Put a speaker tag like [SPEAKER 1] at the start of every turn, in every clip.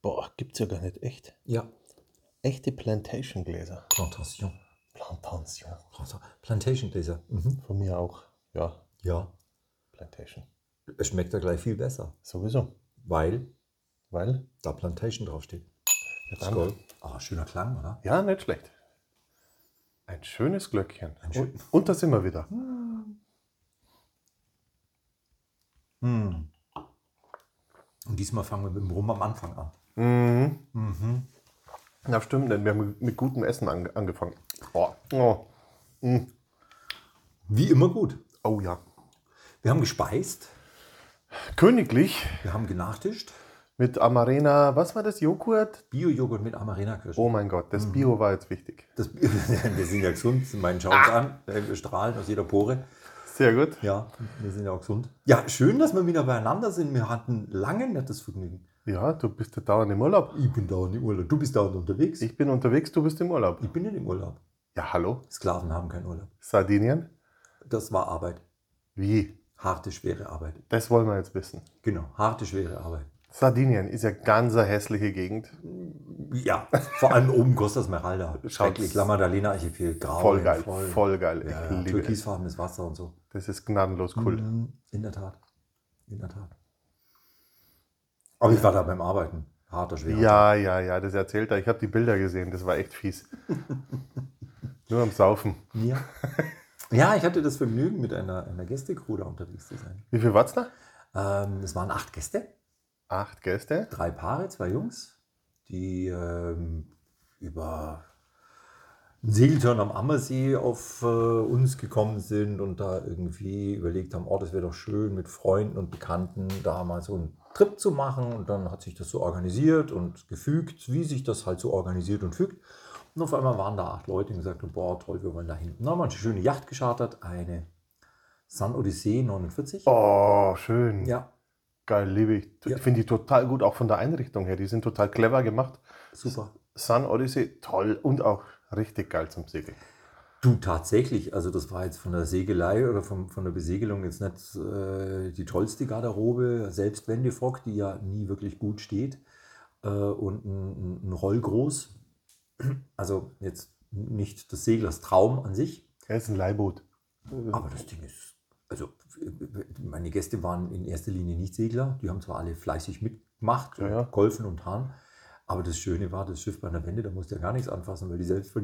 [SPEAKER 1] Boah, gibt's ja gar nicht echt.
[SPEAKER 2] Ja,
[SPEAKER 1] Echte Plantation-Gläser.
[SPEAKER 2] Plantation.
[SPEAKER 1] Plantation.
[SPEAKER 2] Plantation-Gläser. Mhm.
[SPEAKER 1] Von mir auch. Ja,
[SPEAKER 2] Ja,
[SPEAKER 1] Plantation.
[SPEAKER 2] es schmeckt ja gleich viel besser,
[SPEAKER 1] Sowieso.
[SPEAKER 2] weil
[SPEAKER 1] Weil.
[SPEAKER 2] da Plantation draufsteht.
[SPEAKER 1] Jetzt
[SPEAKER 2] Skoll. Ah, schöner Klang, oder?
[SPEAKER 1] Ja, nicht schlecht. Ein schönes Glöckchen.
[SPEAKER 2] Ein schön-
[SPEAKER 1] und, und da sind wir wieder.
[SPEAKER 2] Hm. Und diesmal fangen wir mit dem Rum am Anfang an.
[SPEAKER 1] Mhm. Na stimmt, denn wir haben mit gutem Essen ange angefangen. Boah. Oh.
[SPEAKER 2] Wie immer gut.
[SPEAKER 1] oh ja.
[SPEAKER 2] Wir haben gespeist,
[SPEAKER 1] Königlich
[SPEAKER 2] wir haben genachtischt.
[SPEAKER 1] mit Amarena, was war das? Joghurt?
[SPEAKER 2] Bio-Joghurt mit Amarena-Kirschen.
[SPEAKER 1] Oh mein Gott, das Bio war jetzt wichtig.
[SPEAKER 2] Das, wir sind ja gesund, meinen schaut an. äh, Wir strahlen aus jeder Pore.
[SPEAKER 1] Sehr gut.
[SPEAKER 2] Ja, wir sind ja auch gesund. Ja, schön, dass wir wieder beieinander sind. Wir hatten lange nicht das Vergnügen.
[SPEAKER 1] Ja, du bist ja dauernd im Urlaub.
[SPEAKER 2] Ich bin dauernd im Urlaub. Du bist dauernd unterwegs.
[SPEAKER 1] Ich bin unterwegs, du bist im Urlaub.
[SPEAKER 2] ich bin nicht im Urlaub.
[SPEAKER 1] Ja, hallo.
[SPEAKER 2] Sklaven haben keinen Urlaub.
[SPEAKER 1] Sardinien?
[SPEAKER 2] Das war Arbeit.
[SPEAKER 1] Wie?
[SPEAKER 2] Harte, schwere Arbeit.
[SPEAKER 1] Das wollen wir jetzt wissen.
[SPEAKER 2] Genau, harte, schwere Arbeit.
[SPEAKER 1] Sardinien ist ja ganz eine hässliche Gegend.
[SPEAKER 2] Ja, vor allem oben Costa Smeralda. Schrecklich.
[SPEAKER 1] Schaut's-
[SPEAKER 2] La Maddalena Archipel. Grau.
[SPEAKER 1] Voll geil, Oh voll,
[SPEAKER 2] Ja,
[SPEAKER 1] geil. ich
[SPEAKER 2] ja,
[SPEAKER 1] liebe das.
[SPEAKER 2] türkisfarbenes Wasser und so.
[SPEAKER 1] Das ist gnadenlos cool.
[SPEAKER 2] Mhm, In der Tat. In der Tat. Aber ich war da beim Arbeiten. Harter, schwerer.
[SPEAKER 1] Ja, ja, ja, das erzählt er. Ich habe die Bilder gesehen, das war echt fies. Nur am Saufen.
[SPEAKER 2] Ja. ja, ich hatte das Vergnügen, mit einer, einer Gästecrew da unterwegs zu sein.
[SPEAKER 1] Wie viel war's da?
[SPEAKER 2] Ähm, es waren acht Gäste,
[SPEAKER 1] Acht Gäste.
[SPEAKER 2] drei Paare, zwei Jungs, die ähm, über einen Segeltörn am Ammersee auf äh, uns gekommen sind und da irgendwie überlegt haben, oh, das wäre doch schön, mit Freunden und Bekannten da mal so einen Trip zu machen. Und dann hat sich das so organisiert und gefügt, wie sich das halt so organisiert und fügt. Und auf einmal waren da acht Leute und gesagt, haben, boah, toll, wir wollen da hinten. Dann haben wir eine schöne Yacht geschartert, eine San Odyssee 49.
[SPEAKER 1] Oh, schön.
[SPEAKER 2] Ja,
[SPEAKER 1] Geil, liebe ich.
[SPEAKER 2] Ja.
[SPEAKER 1] Ich finde die total gut, auch von der Einrichtung her. Die sind total clever gemacht.
[SPEAKER 2] super.
[SPEAKER 1] Sun Odyssey, toll und auch richtig geil zum Segeln.
[SPEAKER 2] Du tatsächlich, also das war jetzt von der Segelei oder vom, von der Besegelung jetzt nicht äh, die tollste Garderobe, selbst Wendefock, die ja nie wirklich gut steht, äh, und ein, ein- ein Rollgroß. Also jetzt nicht des Seglers Traum an sich,
[SPEAKER 1] Er ist ein Leihboot.
[SPEAKER 2] aber das Ding ist, also meine Gäste waren in erster Linie nicht Segler, die haben zwar alle fleißig mitgemacht,
[SPEAKER 1] Ja, ja.
[SPEAKER 2] geholfen und Hahn. Aber das Schöne war, das Schiff bei einer Wende, da musste ja gar nichts anfassen, weil die selbst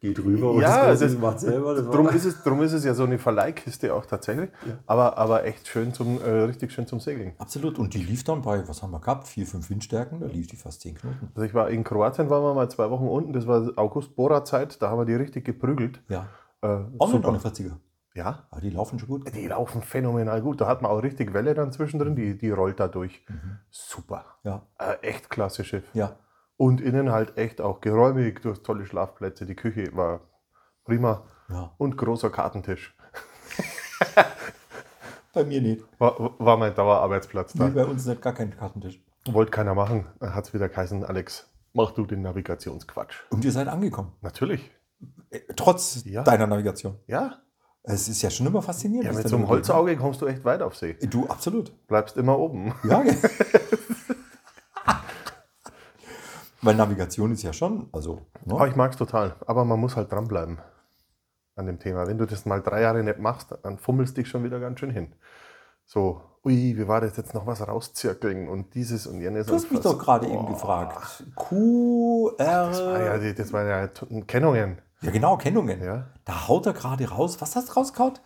[SPEAKER 2] geht rüber und
[SPEAKER 1] Ja,
[SPEAKER 2] das
[SPEAKER 1] das-
[SPEAKER 2] Ganze macht selber. Das war-
[SPEAKER 1] Drum ist, es, drum ist es ja so eine Verleihkiste auch tatsächlich, aber, aber echt schön zum, äh, richtig schön zum Segeln.
[SPEAKER 2] Absolut. Und die lief dann bei, was haben wir gehabt? Vier, fünf Windstärken, da lief die fast zehn Knoten.
[SPEAKER 1] Also ich war in Kroatien, waren wir mal zwei Wochen unten, das war August-Bora-Zeit, da haben wir die richtig geprügelt.
[SPEAKER 2] Ja.
[SPEAKER 1] Äh,
[SPEAKER 2] Auch mit
[SPEAKER 1] super.
[SPEAKER 2] 49er.
[SPEAKER 1] Ja,
[SPEAKER 2] Aber die laufen schon gut.
[SPEAKER 1] die laufen phänomenal gut, da hat man auch richtig Welle dann zwischendrin, die, die rollt da durch. Super,
[SPEAKER 2] Ja,
[SPEAKER 1] äh, echt klasse Schiff.
[SPEAKER 2] ja.
[SPEAKER 1] Und innen halt echt auch geräumig, du hast tolle Schlafplätze, die Küche war prima
[SPEAKER 2] Ja.
[SPEAKER 1] und großer Kartentisch.
[SPEAKER 2] Bei mir nicht.
[SPEAKER 1] War, war mein Dauerarbeitsplatz da.
[SPEAKER 2] Nee, bei uns nicht gar kein Kartentisch.
[SPEAKER 1] Wollte keiner machen. Dann hat's wieder geheißen, Alex, mach du den Navigationsquatsch.
[SPEAKER 2] Und ihr seid angekommen.
[SPEAKER 1] Natürlich.
[SPEAKER 2] Äh, Trotz
[SPEAKER 1] Ja.
[SPEAKER 2] deiner Navigation.
[SPEAKER 1] Ja.
[SPEAKER 2] Es ist ja schon immer faszinierend.
[SPEAKER 1] ja
[SPEAKER 2] was
[SPEAKER 1] mit
[SPEAKER 2] da
[SPEAKER 1] so einem
[SPEAKER 2] möglich ist.
[SPEAKER 1] Holzauge kommst du echt weit auf See.
[SPEAKER 2] Du, absolut.
[SPEAKER 1] Bleibst immer oben.
[SPEAKER 2] Ja. Weil Navigation ist ja schon, also.
[SPEAKER 1] Aber
[SPEAKER 2] Ne?
[SPEAKER 1] ich mag's total. Aber man muss halt dranbleiben an dem Thema. Wenn du das mal drei Jahre nicht machst, dann fummelst dich schon wieder ganz schön hin. So, ui, wie war das jetzt noch was rauszirkeln und dieses und jenes.
[SPEAKER 2] Du hast
[SPEAKER 1] und
[SPEAKER 2] mich
[SPEAKER 1] was.
[SPEAKER 2] doch gerade eben
[SPEAKER 1] Boah.
[SPEAKER 2] gefragt. Q, R.
[SPEAKER 1] Das waren Ah ja, die- das waren ja T- Kennungen.
[SPEAKER 2] Ja, genau, Kennungen.
[SPEAKER 1] Ja.
[SPEAKER 2] Da haut er gerade raus. Was hast du rausgehaut?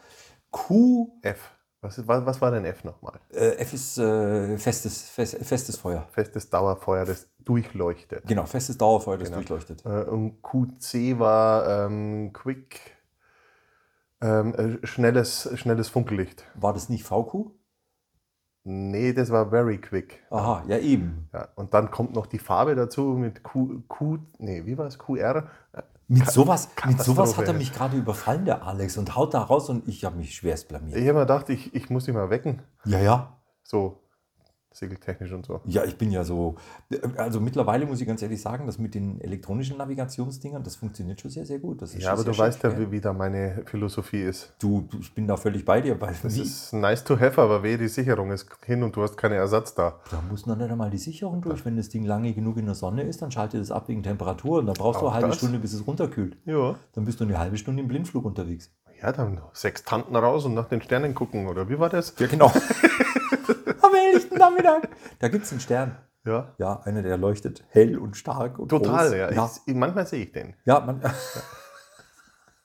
[SPEAKER 2] Q,
[SPEAKER 1] F. Was, was, was war denn F nochmal?
[SPEAKER 2] äh, F ist äh, festes, fest, festes Feuer.
[SPEAKER 1] Festes Dauerfeuer, das durchleuchtet.
[SPEAKER 2] Genau, festes Dauerfeuer, das
[SPEAKER 1] Genau.
[SPEAKER 2] durchleuchtet.
[SPEAKER 1] Äh, und QC war ähm, Quick, ähm, äh, schnelles, schnelles Funkellicht.
[SPEAKER 2] War das nicht VQ?
[SPEAKER 3] Nee, das war very quick.
[SPEAKER 2] Aha, ja eben.
[SPEAKER 3] Ja, und dann kommt noch die Farbe dazu mit Q, Q nee, wie war es? QR?
[SPEAKER 2] Mit sowas, mit
[SPEAKER 3] Katastrophe.
[SPEAKER 2] sowas hat er mich gerade überfallen, der Alex, und haut da raus und ich habe mich schwerst blamiert.
[SPEAKER 3] Ich habe mir gedacht, ich, ich muss ihn mal wecken.
[SPEAKER 2] Ja, ja.
[SPEAKER 3] So, segeltechnisch und so.
[SPEAKER 2] Ja, ich bin ja so. Also mittlerweile muss ich ganz ehrlich sagen, das mit den elektronischen Navigationsdingern, das funktioniert schon sehr, sehr gut. Das ist
[SPEAKER 3] Ja,
[SPEAKER 2] schon
[SPEAKER 3] aber
[SPEAKER 2] sehr
[SPEAKER 3] du weißt
[SPEAKER 2] schick,
[SPEAKER 3] ja,
[SPEAKER 2] gell?
[SPEAKER 3] wie, wie da meine Philosophie ist.
[SPEAKER 2] Du, du, ich bin da völlig bei dir, weil
[SPEAKER 3] Das
[SPEAKER 2] wie,
[SPEAKER 3] ist nice to have, aber weh, die Sicherung ist hin und du hast keinen Ersatz da.
[SPEAKER 2] da muss noch nicht einmal die Sicherung durch. Wenn das Ding lange genug in der Sonne ist, dann schaltet es ab wegen Temperatur und dann brauchst du
[SPEAKER 3] Auch
[SPEAKER 2] eine halbe
[SPEAKER 3] das?
[SPEAKER 2] Stunde, bis es runterkühlt.
[SPEAKER 3] Ja.
[SPEAKER 2] Dann bist du eine halbe Stunde im Blindflug unterwegs.
[SPEAKER 3] Ja, dann sechs Tanten raus und nach den Sternen gucken, oder wie war das?
[SPEAKER 2] Ja, genau. Am helllichten Nachmittag. Da gibt es einen Stern.
[SPEAKER 3] Ja.
[SPEAKER 2] Ja, einer, der leuchtet hell und stark und
[SPEAKER 3] Total,
[SPEAKER 2] groß.
[SPEAKER 3] ja.
[SPEAKER 2] ja.
[SPEAKER 3] Ich, manchmal sehe ich den.
[SPEAKER 2] Ja, man.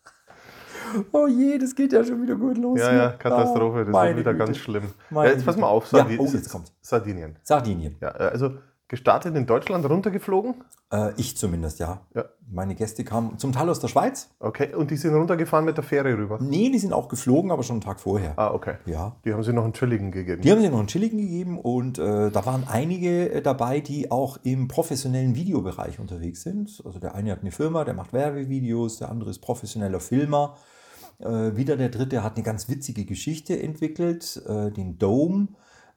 [SPEAKER 2] Oh je, das geht ja schon wieder gut los.
[SPEAKER 3] Ja,
[SPEAKER 2] hier.
[SPEAKER 3] ja, Katastrophe, das
[SPEAKER 2] meine
[SPEAKER 3] ist wieder
[SPEAKER 2] Güte.
[SPEAKER 3] ganz schlimm. Ja,
[SPEAKER 2] Meine
[SPEAKER 3] jetzt pass mal auf,
[SPEAKER 2] Ja,
[SPEAKER 3] Sardi
[SPEAKER 2] oh, jetzt kommt's.
[SPEAKER 3] Sardinien.
[SPEAKER 2] Sardinien.
[SPEAKER 3] Ja, äh, also gestartet in Deutschland, runtergeflogen.
[SPEAKER 2] Äh, ich zumindest, ja.
[SPEAKER 3] Ja.
[SPEAKER 2] Meine Gäste kamen zum Teil aus der Schweiz.
[SPEAKER 3] Okay, und die sind runtergefahren mit der Fähre rüber.
[SPEAKER 2] Nee, die sind auch geflogen, aber schon einen Tag vorher.
[SPEAKER 3] Ah, okay.
[SPEAKER 2] Ja.
[SPEAKER 3] Die haben sie noch einen chilligen gegeben.
[SPEAKER 2] Die haben sich noch einen Chilligen gegeben und äh, da waren einige äh, dabei, die auch im professionellen Videobereich unterwegs sind. Also der eine hat eine Firma, der macht Werbevideos, der andere ist professioneller Filmer. Äh, wieder der dritte hat eine ganz witzige Geschichte entwickelt, äh, den Dome.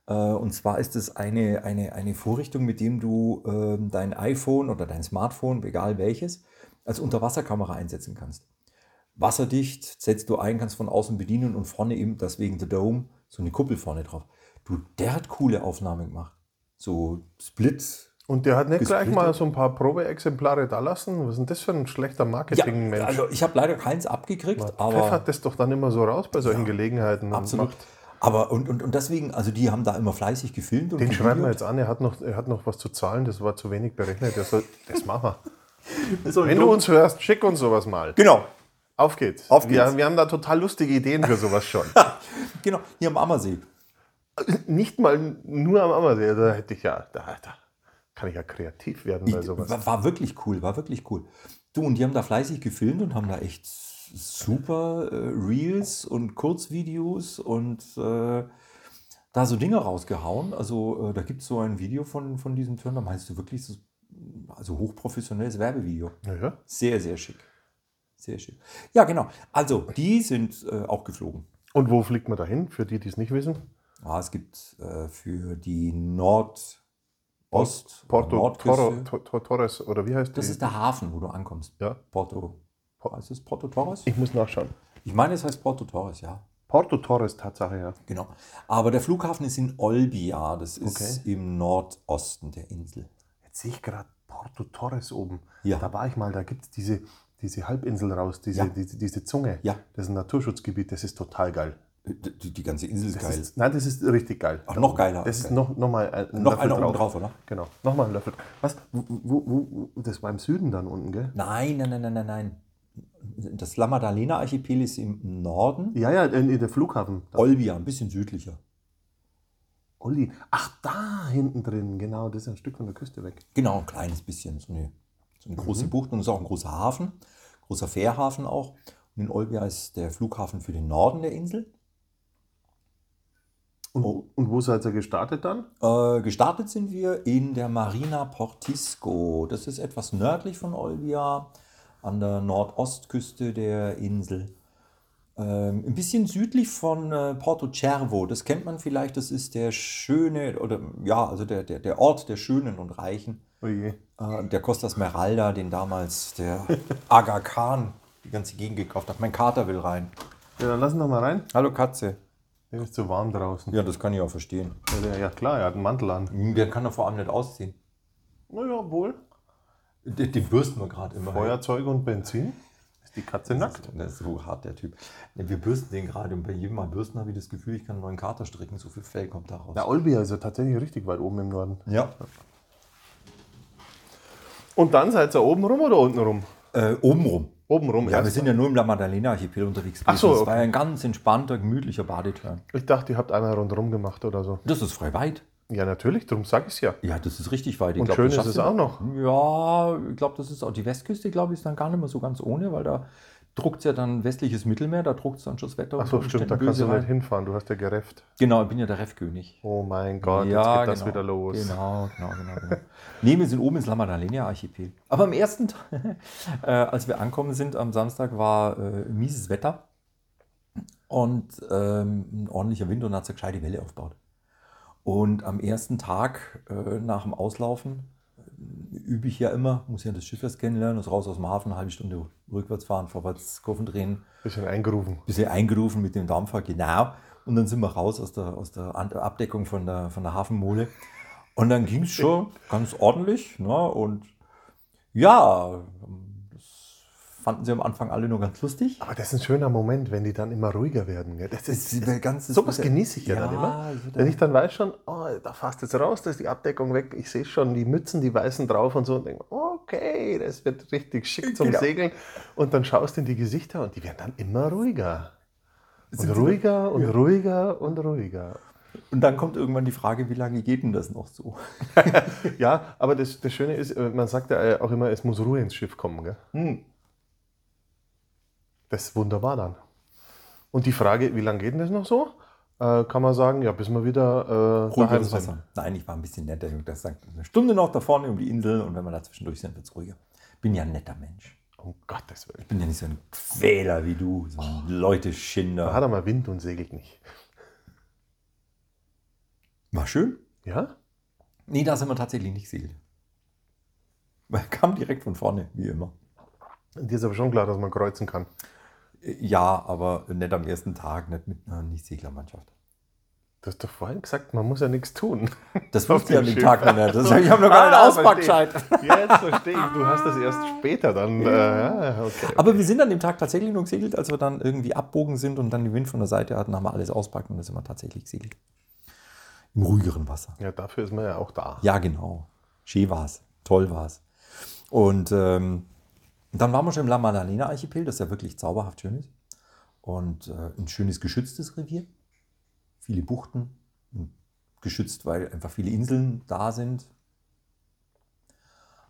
[SPEAKER 2] Äh, und zwar ist es eine, eine, eine Vorrichtung, mit dem du ähm, dein iPhone oder dein Smartphone, egal welches, als Unterwasserkamera einsetzen kannst. Wasserdicht setzt du ein, kannst von außen bedienen und vorne eben, deswegen The Dome, so eine Kuppel vorne drauf. Du, der hat coole Aufnahmen gemacht. So Split.
[SPEAKER 3] Und der hat nicht gleich
[SPEAKER 2] Gesplittet.
[SPEAKER 3] mal so ein paar Probeexemplare da lassen. Was ist denn das für ein schlechter
[SPEAKER 2] Ja,
[SPEAKER 3] Marketing-Mensch?
[SPEAKER 2] also ich habe leider keins abgekriegt, aber
[SPEAKER 3] pfeffert das doch dann immer so raus bei solchen Gelegenheiten. und
[SPEAKER 2] absolut.
[SPEAKER 3] macht-
[SPEAKER 2] Aber und, und, und deswegen, also die haben da immer fleißig gefilmt und
[SPEAKER 3] Den schreiben wir
[SPEAKER 2] gevideot.
[SPEAKER 3] jetzt an, er hat, noch, er hat noch was zu zahlen, das war zu wenig berechnet. Der soll, das machen
[SPEAKER 2] So
[SPEAKER 3] wir.
[SPEAKER 2] ein
[SPEAKER 3] Wenn du
[SPEAKER 2] Dome.
[SPEAKER 3] uns hörst, schick uns sowas mal.
[SPEAKER 2] Genau,
[SPEAKER 3] Auf geht's.
[SPEAKER 2] Auf geht's.
[SPEAKER 3] Wir, wir haben da total lustige Ideen für sowas schon.
[SPEAKER 2] genau, hier am Ammersee.
[SPEAKER 3] Nicht mal nur am Ammersee, da hätte ich ja, da, da kann ich ja kreativ werden also. bei sowas.
[SPEAKER 2] War, war wirklich cool, war wirklich cool. Du, und die haben da fleißig gefilmt und haben da echt super äh, Reels und Kurzvideos und äh, da so Dinge rausgehauen. Also äh, da gibt es so ein Video von, von diesem Film, da meinst du wirklich so, also hochprofessionelles Werbevideo.
[SPEAKER 3] Naja,
[SPEAKER 2] Sehr, sehr schick. Sehr schick. Ja, genau. Also, die sind äh, auch geflogen.
[SPEAKER 3] Und wo fliegt man dahin? Für die, die es nicht wissen.
[SPEAKER 2] Ah, es gibt äh, für die Nordost. oder
[SPEAKER 3] Porto
[SPEAKER 2] Nordküste-
[SPEAKER 3] Toro, Tor, Tor, Torres oder wie heißt
[SPEAKER 2] Das
[SPEAKER 3] die?
[SPEAKER 2] ist der Hafen, wo du ankommst.
[SPEAKER 3] Ja.
[SPEAKER 2] Porto. Heißt es Porto Torres?
[SPEAKER 3] Ich muss nachschauen.
[SPEAKER 2] Ich meine, es heißt Porto Torres, ja.
[SPEAKER 3] Porto Torres, Tatsache, ja.
[SPEAKER 2] Genau. Aber der Flughafen ist in Olbia. Das ist im Nordosten der Insel.
[SPEAKER 3] Jetzt sehe ich gerade Porto Torres oben.
[SPEAKER 2] Ja.
[SPEAKER 3] Da war ich mal, da gibt es diese, diese Halbinsel raus, diese,
[SPEAKER 2] Ja.
[SPEAKER 3] diese, diese Zunge.
[SPEAKER 2] Ja.
[SPEAKER 3] Das ist ein Naturschutzgebiet, das ist total geil.
[SPEAKER 2] Die, die- die ganze Insel ist
[SPEAKER 3] Das
[SPEAKER 2] geil.
[SPEAKER 3] Ist, nein, das ist richtig geil.
[SPEAKER 2] Ach, noch geiler.
[SPEAKER 3] Das ist
[SPEAKER 2] Geil.
[SPEAKER 3] noch, noch mal ein
[SPEAKER 2] Noch einer oben drauf, oder?
[SPEAKER 3] Genau, nochmal ein Löffel. Was? Wo, wo, wo, wo- das war im Süden dann unten, gell?
[SPEAKER 2] Nein, nein, nein, nein, nein, nein. Das La Maddalena-Archipel ist im Norden.
[SPEAKER 3] Ja, ja, in, in der Flughafen. Da.
[SPEAKER 2] Olbia, ein bisschen südlicher.
[SPEAKER 3] Olli. Ach, da hinten drin, genau, das ist ein Stück von der Küste weg.
[SPEAKER 2] Genau, ein kleines bisschen. So eine, so eine große Bucht und es ist auch ein großer Hafen, großer Fährhafen auch. Und in Olbia ist der Flughafen für den Norden der Insel.
[SPEAKER 3] Und, und wo seid ihr gestartet dann?
[SPEAKER 2] Äh, gestartet sind wir in der Marina Portisco. Das ist etwas nördlich von Olbia, an der Nordostküste der Insel. Ähm, ein bisschen südlich von äh, Porto Cervo. Das kennt man vielleicht. Das ist der schöne, oder ja, also der, der, der Ort der Schönen und Reichen.
[SPEAKER 3] Oje.
[SPEAKER 2] Äh, der Costa Smeralda, den damals der Aga Khan die ganze Gegend gekauft hat. Mein Kater will rein.
[SPEAKER 3] Ja, dann lass ihn doch mal rein.
[SPEAKER 2] Hallo Katze.
[SPEAKER 3] Der ist zu warm draußen.
[SPEAKER 2] Ja, das kann ich auch verstehen.
[SPEAKER 3] Ja, der- ja klar, er hat einen Mantel an.
[SPEAKER 2] Der kann er vor allem nicht ausziehen.
[SPEAKER 3] Naja, wohl.
[SPEAKER 2] Den, den bürsten wir gerade immer.
[SPEAKER 3] Feuerzeug und Benzin. Ist die Katze
[SPEAKER 2] Der
[SPEAKER 3] nackt?
[SPEAKER 2] Also, ne, ist so hart, der Typ. Ne, Wir bürsten den gerade und bei jedem Mal bürsten habe ich das Gefühl, ich kann einen neuen Kater stricken. So viel Fell kommt da raus.
[SPEAKER 3] Der Olbia ist ja also tatsächlich richtig weit oben im Norden.
[SPEAKER 2] Ja.
[SPEAKER 3] Und dann seid ihr oben rum oder unten rum?
[SPEAKER 2] Äh, obenrum.
[SPEAKER 3] Oben rum,
[SPEAKER 2] Ja, wir sind ja nur im La Maddalena-Archipel unterwegs.
[SPEAKER 3] Ach so,
[SPEAKER 2] gewesen. Das
[SPEAKER 3] okay.
[SPEAKER 2] war ja ein ganz entspannter, gemütlicher Badetörn.
[SPEAKER 3] Ich dachte, ihr habt einmal rundherum gemacht oder so.
[SPEAKER 2] Das ist frei weit.
[SPEAKER 3] Ja, natürlich, darum sag ich's ja.
[SPEAKER 2] Ja, das ist richtig weit. Ich
[SPEAKER 3] Und
[SPEAKER 2] glaub,
[SPEAKER 3] schön
[SPEAKER 2] das schaffst
[SPEAKER 3] ist es
[SPEAKER 2] du-
[SPEAKER 3] auch noch.
[SPEAKER 2] Ja, ich glaube, das ist auch die Westküste, glaube ich, ist dann gar nicht mehr so ganz ohne, weil da druckt ja dann westliches Mittelmeer, da druckt es dann schon das Wetter.
[SPEAKER 3] Achso,
[SPEAKER 2] unter
[SPEAKER 3] stimmt, da
[SPEAKER 2] Umständen
[SPEAKER 3] kannst du
[SPEAKER 2] böse
[SPEAKER 3] nicht
[SPEAKER 2] rein.
[SPEAKER 3] hinfahren, du hast ja gerefft.
[SPEAKER 2] Genau, ich bin ja der Refkönig.
[SPEAKER 3] Oh mein Gott, jetzt geht das wieder los.
[SPEAKER 2] Genau, genau, genau. genau. nee, wir sind oben ins Lamadalenia-Archipel. Aber am ersten Tag, äh, als wir ankommen sind am Samstag, war äh, mieses Wetter und ähm, ein ordentlicher Wind und hat sich gescheite Welle aufgebaut. Und am ersten Tag äh, nach dem Auslaufen äh, übe ich ja immer, muss ja das Schiff erst kennenlernen, ist raus aus dem Hafen, eine halbe Stunde rückwärts fahren, vorwärts Kurven drehen
[SPEAKER 3] Bisschen eingerufen.
[SPEAKER 2] bisschen eingerufen mit dem Dampfer, genau. Und dann sind wir raus aus der, aus der An- Abdeckung von der, von der Hafenmole. Und dann ging es schon ganz ordentlich. Ne? Und ja, das fanden sie am Anfang alle nur ganz lustig.
[SPEAKER 3] Aber das ist ein schöner Moment, wenn die dann immer ruhiger werden. Gell? Das ist,
[SPEAKER 2] ganz,
[SPEAKER 3] sowas genieße ich ja, dann immer.
[SPEAKER 2] es wird
[SPEAKER 3] Wenn ich dann weiß schon, oh, da fährst jetzt raus, da ist die Abdeckung weg, ich sehe schon die Mützen, die weißen drauf und so und denke, okay, das wird richtig schick zum
[SPEAKER 2] Genau.
[SPEAKER 3] Segeln. Und dann schaust du in die Gesichter und die werden dann immer ruhiger. Und
[SPEAKER 2] Sind sie-
[SPEAKER 3] ruhiger und ruhiger und ruhiger.
[SPEAKER 2] Und dann kommt irgendwann die Frage, wie lange geht denn das noch so?
[SPEAKER 3] Ja, aber das, das Schöne ist, äh, man sagt ja äh, auch immer, es muss Ruhe ins Schiff kommen. Gell? Das ist wunderbar dann. Und die Frage, wie lange geht denn das noch so? Äh, kann man sagen, ja, bis wir wieder äh,
[SPEAKER 2] Ruhig
[SPEAKER 3] daheim
[SPEAKER 2] ums
[SPEAKER 3] sind.
[SPEAKER 2] Wasser. Nein, ich war ein bisschen netter. Ich das sagt eine Stunde noch da vorne um die Insel und wenn wir da zwischendurch sind, wird es ruhiger. Bin ja ein netter Mensch.
[SPEAKER 3] Um Gottes Willen.
[SPEAKER 2] bin ja nicht so ein Quäler wie du, so
[SPEAKER 3] Oh.
[SPEAKER 2] ein
[SPEAKER 3] Da hat
[SPEAKER 2] Leuteschinder.
[SPEAKER 3] er mal Wind und segelt nicht.
[SPEAKER 2] War schön.
[SPEAKER 3] Ja?
[SPEAKER 2] Nee, da sind wir tatsächlich nicht segelt. Man kam direkt von vorne, wie immer.
[SPEAKER 3] Dir ist aber schon klar, dass man kreuzen kann.
[SPEAKER 2] Äh, Ja, aber nicht am ersten Tag, nicht mit einer Nicht-Seglermannschaft.
[SPEAKER 3] Du hast doch vorhin gesagt, man muss ja nichts tun.
[SPEAKER 2] Das
[SPEAKER 3] Auf
[SPEAKER 2] wusste ich an dem
[SPEAKER 3] dem Schiff.
[SPEAKER 2] Tag noch nicht. Das, ich habe noch gar
[SPEAKER 3] Ah,
[SPEAKER 2] einen Auspackschein.
[SPEAKER 3] Jetzt verstehe ich. Du hast das erst später dann. Äh, ja, okay.
[SPEAKER 2] Aber wir sind an dem Tag tatsächlich nur gesegelt, als wir dann irgendwie abbogen sind und dann den Wind von der Seite hatten, haben wir alles auspackt und dann sind wir tatsächlich gesegelt. Im ruhigeren Wasser.
[SPEAKER 3] Ja, dafür ist man ja auch da.
[SPEAKER 2] Ja, genau. Schön war's. Toll war's. Und ähm, dann waren wir schon im La Maddalena Archipel, das ja wirklich zauberhaft schön ist. Und äh, ein schönes geschütztes Revier. Viele Buchten. Und Geschützt, weil einfach viele Inseln da sind.